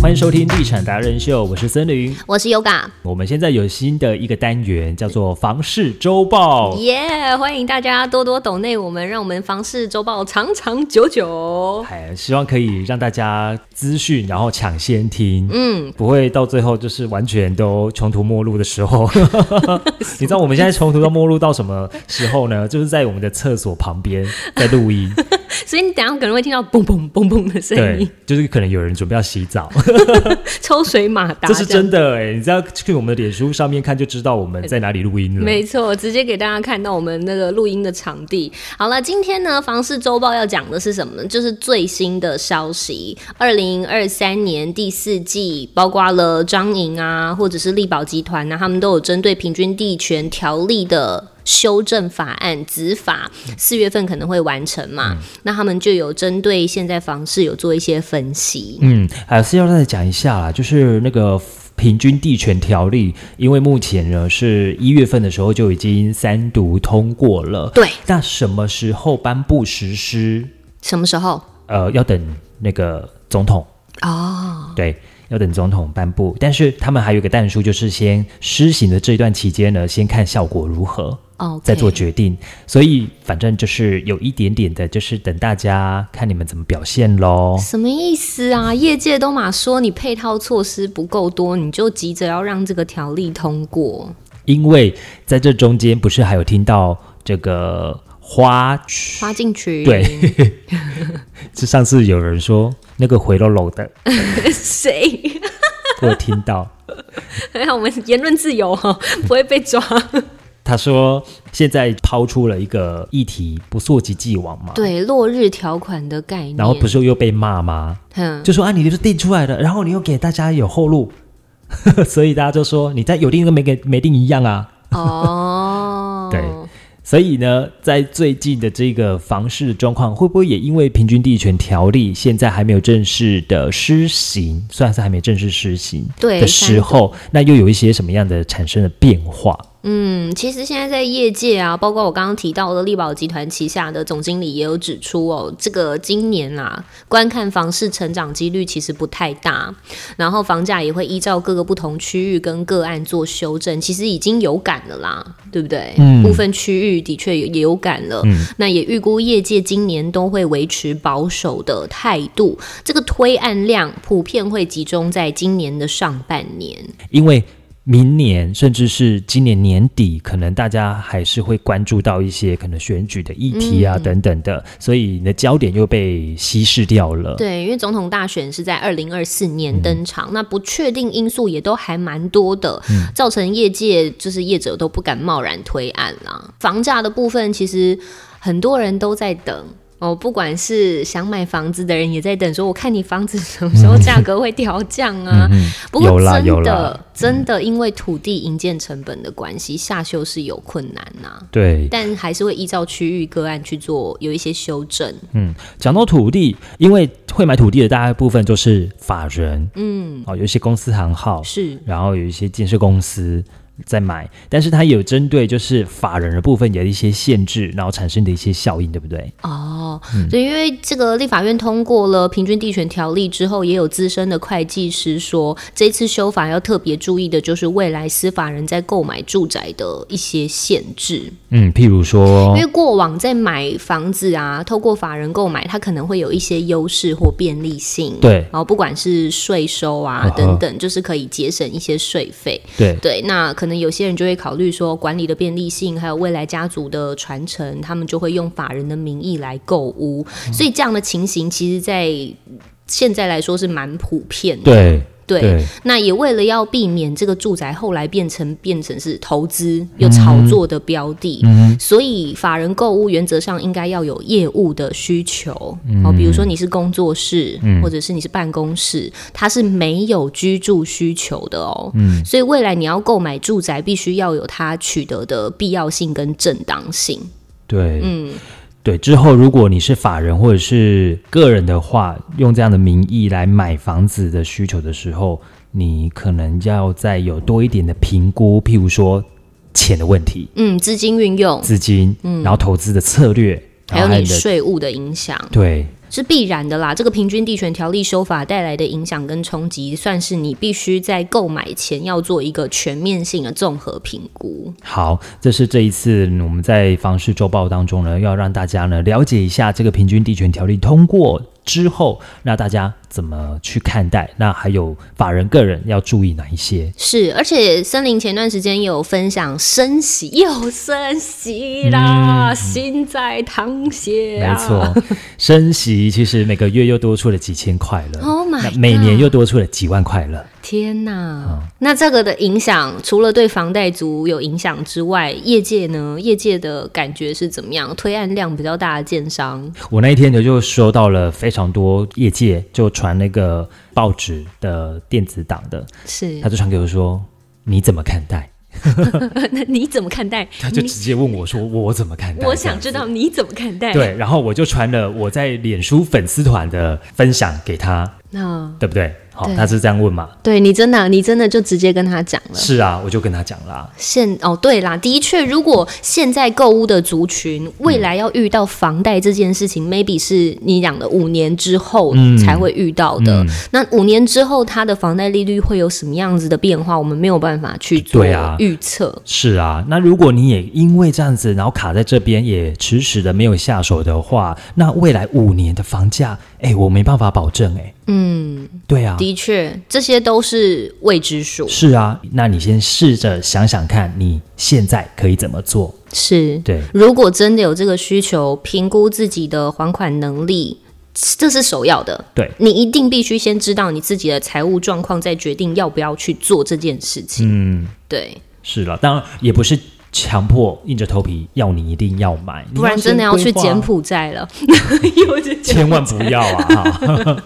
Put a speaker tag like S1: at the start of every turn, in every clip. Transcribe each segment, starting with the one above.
S1: 欢迎收听《地产达人秀》，我是森林。
S2: 我是 Yoga，
S1: 我们现在有新的一个单元，叫做房市周报。
S2: 耶欢迎大家多多抖内我们，让我们房市周报长长久久。
S1: 哎，希望可以让大家资讯，然后抢先听，
S2: 嗯，
S1: 不会到最后就是完全都穷途末路的时候。 你知道我们现在穷途到末路到什么时候呢？就是在我们的厕所旁边在录音，
S2: 所以你等一下可能会听到嘣嘣嘣嘣的声
S1: 对
S2: 音，，
S1: 就是可能有人准备要洗澡，
S2: 抽水马达，
S1: 这是真
S2: 的。
S1: 的哎、你只要去我们的脸书上面看就知道我们在哪里录音了。
S2: 没错，直接给大家看到我们那个录音的场地。好了，今天呢，房市周报要讲的是什么呢？就是最新的消息，二零二三年第四季，包括了张营啊，或者是力宝集团啊，他们都有针对平均地权条例的修正法案、子法，四月份可能会完成嘛。那他们就有针对现在房市有做一些分析。
S1: 嗯，还是要再讲一下啦，就是那个。平均地权条例，因为目前呢是一月份的时候就已经三读通过了，
S2: 对，
S1: 那什么时候颁布实施？
S2: 什么时候？
S1: 呃，要等那个总统，
S2: 哦，
S1: 对，要等总统颁布。但是他们还有一个弹书，就是先施行的这段期间呢，先看效果如何。
S2: 哦，
S1: 再做决定。所以反正就是有一点点的，就是等大家看你们怎么表现喽。
S2: 什么意思啊？业界都嘛说你配套措施不够多，你就急着要让这个条例通过。
S1: 因为在这中间不是还有听到这个花区？
S2: 花进去，
S1: 对， 是上次有人说那个回喽喽的，
S2: 谁？
S1: 我有听到。
S2: 还好我们言论自由哈，不会被 抓。
S1: 他说现在抛出了一个议题，不溯及既往嘛。。
S2: 对，落日条款的概念，
S1: 然后不是又被骂吗？
S2: 嗯，
S1: 就说啊，你就是定出来的，然后你又给大家有后路， 所以大家就说你在有定跟没给没定一样啊。，
S2: 哦
S1: 对所以呢，在最近的这个房市状况，会不会也因为平均地权条例现在还没有正式的施行，虽然是还没正式施行
S2: 对
S1: 的时候，那又有一些什么样的产生的变化？
S2: 嗯，其实现在在业界啊，包括我刚刚提到的力宝集团旗下的总经理也有指出哦，这个今年啊，观看房市成长几率其实不太大，然后房价也会依照各个不同区域跟个案做修正，其实已经有感了啦，对不对？
S1: 嗯
S2: 部分区域的确也有感了，
S1: 嗯
S2: 那也预估业界今年都会维持保守的态度，这个推案量普遍会集中在今年的上半年。
S1: 因为明年甚至是今年年底，可能大家还是会关注到一些可能选举的议题
S2: 嗯
S1: 啊、等等的，所以你的焦点又被稀释掉了。
S2: 对，因为总统大选是在二零二四年
S1: 嗯
S2: 登场，那不确定因素也都还蛮多的，
S1: 嗯
S2: 造成业界就是业者都不敢贸然推案啦。房价的部分，其实很多人都在等。哦，不管是想买房子的人也在等，说我看你房子什么时候价格会调降啊？不
S1: 嗯
S2: 过
S1: 有啦有
S2: 真
S1: 啦
S2: 的真的因为土地营建成本的关系，下修是有困难呐、
S1: 对，
S2: 但还是会依照区域个案去做有一些修正。
S1: 嗯，讲到土地，因为会买土地的大部分就是法人，
S2: 嗯，
S1: 哦，有一些公司行号，
S2: 是
S1: 然后有一些建设公司在买，但是它也有针对就是法人的部分有一些限制，然后产生的一些效应，对不对？
S2: 哦，
S1: 嗯
S2: 对，因为这个立法院通过了平均地权条例之后，也有资深的会计师说，这次修法要特别注意的就是未来司法人在购买住宅的一些限制，
S1: 嗯，譬如说
S2: 因为过往在买房子啊，透过法人购买，它可能会有一些优势或便利性，
S1: 对
S2: 然后不管是税收啊
S1: 嗯哼
S2: 等等，就是可以节省一些税费。
S1: 对，
S2: 对，那可能有些人就会考虑说，管理的便利性，还有未来家族的传承，他们就会用法人的名义来购屋，所以这样的情形，其实在现在来说是蛮普遍的。
S1: 对，
S2: 对
S1: 对
S2: 那也为了要避免这个住宅后来变成变成是投资又炒作的标的，所以法人购物原则上应该要有业务的需求，哦，比如说你是工作室、或者是你是办公室，它是没有居住需求的哦，所以未来你要购买住宅，必须要有它取得的必要性跟正当性，
S1: 对，
S2: 嗯，
S1: 对。之后如果你是法人或者是个人的话，用这样的名义来买房子的需求的时候，你可能要再有多一点的评估，譬如说钱的问题。
S2: 嗯，资金运用，
S1: 资金，然后投资的策略，
S2: 还
S1: 然
S2: 有
S1: 后
S2: 你
S1: 的
S2: 税务的影响。
S1: 对，
S2: 是必然的啦。这个平均地权条例修法带来的影响跟冲击，算是你必须在购买前要做一个全面性的综合评估。
S1: 好，这是这一次我们在房市周报当中呢，要让大家呢了解一下这个平均地权条例通过之后，那大家怎么去看待？那还有法人个人要注意哪一些？
S2: 是，而且森林前段时间也有分享升息，又升息啦，心在淌血、
S1: 嗯
S2: 啊。
S1: 没错，升息其实每个月又多出了几千块了
S2: Oh my
S1: 那每
S2: God
S1: 年又多出了几万块了。
S2: 天呐！那这个的影响，除了对房贷族有影响之外，业界呢？业界的感觉是怎么样？推案量比较大的建商，
S1: 我那一天呢就收到了非常多业界就传那个报纸的电子档的，
S2: 是
S1: 他就传给我说你怎么看待？呃
S2: 那你怎么看待？
S1: 他就直接问我说我怎么看待？
S2: 我
S1: 这样
S2: 想
S1: 子
S2: 知道你怎么看待。，
S1: 对，然后我就传了我在脸书粉丝团的分享给他，
S2: 那
S1: 对不对？好、
S2: 对
S1: 他是这样问嘛？
S2: 对你真的，你真的就直接跟他讲了。
S1: 是啊，我就跟他讲啦。
S2: 现哦，对啦，的确，如果现在购物的族群，未来要遇到房贷这件事情、m a y b e 是你讲的五年之后
S1: 嗯
S2: 才会遇到的。
S1: 嗯
S2: 那五年之后，它的房贷利率会有什么样子的变化，我们没有办法去做
S1: 对啊
S2: 预测。
S1: 是啊，那如果你也因为这样子，然后卡在这边，也迟迟的没有下手的话，那未来五年的房价，哎，我没办法保证，哎，
S2: 嗯，
S1: 对啊，
S2: 的确，这些都是未知数。
S1: 是啊，那你先试着想想看，你现在可以怎么做？
S2: 是，
S1: 对，
S2: 如果真的有这个需求，评估自己的还款能力，这是首要的。
S1: 对，
S2: 你一定必须先知道你自己的财务状况，再决定要不要去做这件事情。
S1: 嗯，
S2: 对，
S1: 是了、当然也不是强迫硬着头皮要你一定要买，你
S2: 不然真的要去
S1: 先规划
S2: 柬埔寨了。 又去柬
S1: 千万不要啊！哈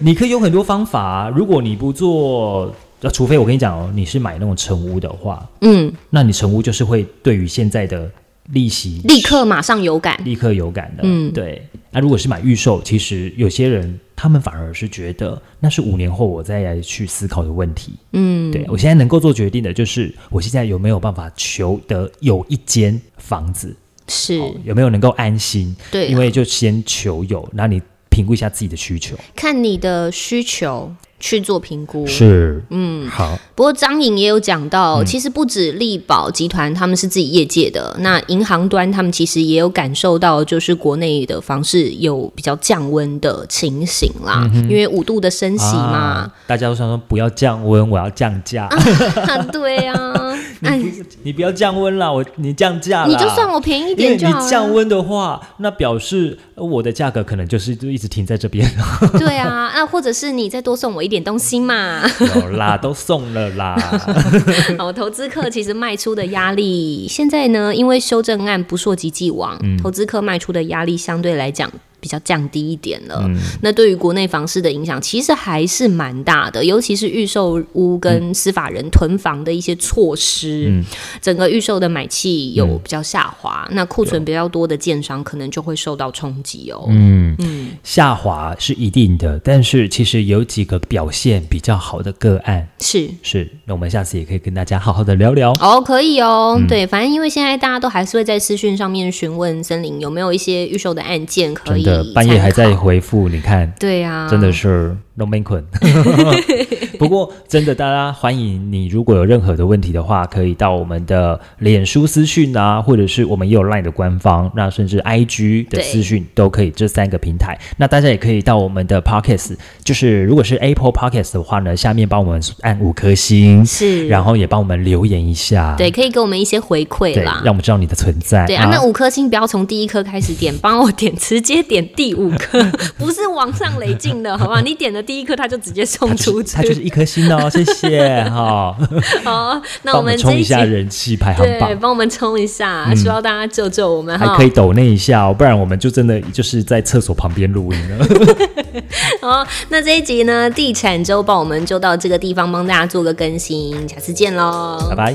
S1: 你可以有很多方法啊、如果你不做，呃除非我跟你讲哦，你是买那种成屋的话，
S2: 嗯，
S1: 那你成屋就是会对于现在的利息
S2: 立刻马上有感。
S1: 立刻有感的。
S2: 嗯
S1: 对。那如果是买预售，其实有些人他们反而是觉得那是五年后我再来去思考的问题。
S2: 嗯，
S1: 对我现在能够做决定的就是我现在有没有办法求得有一间房子，
S2: 是，
S1: 哦有没有能够安心？
S2: 对啊
S1: 因为就先求有，那你评估一下自己的需求。
S2: 看你的需求去做评估。
S1: 是，嗯，好，
S2: 不过张颖也有讲到，
S1: 嗯
S2: 其实不止力宝集团他们是自己业界的，那银行端他们其实也有感受到，就是国内的房市有比较降温的情形
S1: 嗯
S2: 啦，因为五度的升息嘛，啊
S1: 啊，大家都想说不要降温，我要降价，
S2: 对啊，哎，
S1: 你不要降温啦，我你降价啦，
S2: 你就算我便宜一
S1: 因为
S2: 点
S1: 你
S2: 就好
S1: 降
S2: 了，
S1: 温的话，那表示呃我的价格可能就是就一直停在这 边
S2: 对啊，啊，或者是你再多送我一点东西嘛，
S1: 有啦，都送了啦，
S2: 好，哦投资客其实卖出的压力，现在呢，因为修正案不溯及既往，投资客卖出的压力相对来讲。比较降低一点了，那对于国内房市的影响其实还是蛮大的，尤其是预售屋跟司法人囤房的一些措施，整个预售的买气有比较下滑，那库存比较多的建商可能就会受到冲击哦。
S1: 嗯下滑是一定的，但是其实有几个表现比较好的个案，
S2: 是，
S1: 是，那我们下次也可以跟大家好好的聊聊。
S2: 哦，可以哦，
S1: 嗯
S2: 对，反正因为现在大家都还是会在私讯上面询问森林有没有一些预售的案件可
S1: 真
S2: 以
S1: 的，半夜
S2: 参
S1: 还在
S2: 考，
S1: 回复，你看，
S2: 对啊，
S1: 真的是 no man 困。 不过真的，大家欢迎你，如果有任何的问题的话，可以到我们的脸书私讯啊，或者是我们也有 LINE 的官方，那甚至 IG 的
S2: 对
S1: 私讯都可以，这三个平台。那大家也可以到我们的 Podcast，就是如果是 Apple Podcast 的话呢，下面帮我们按五颗星，
S2: 是，
S1: 然后也帮我们留言一下，
S2: 对，可以给我们一些回馈
S1: 对，
S2: 啦
S1: 让。我们知道你的存在。
S2: 对啊，那五颗星不要从第一颗开始点，帮我点，直接点第五 颗，不是往上累进的，好不好？你点的第一颗，它就直接
S1: 它就
S2: 送出
S1: 是
S2: 去。
S1: 它就是一颗星哦，谢谢哈，
S2: 好， 哦那
S1: 帮
S2: 我
S1: 我们
S2: 们
S1: 冲一
S2: 这集
S1: 下人气排行榜
S2: 对，。帮我们冲一下，希望大家救救我们
S1: 还
S2: 哈
S1: 可。以抖那一下、哦，不然我们就真的就是在厕所旁边录音 了。
S2: 好，哦那这一集呢，地产周报我们就到这个地方帮大家做个更新，下次见喽，
S1: 拜拜。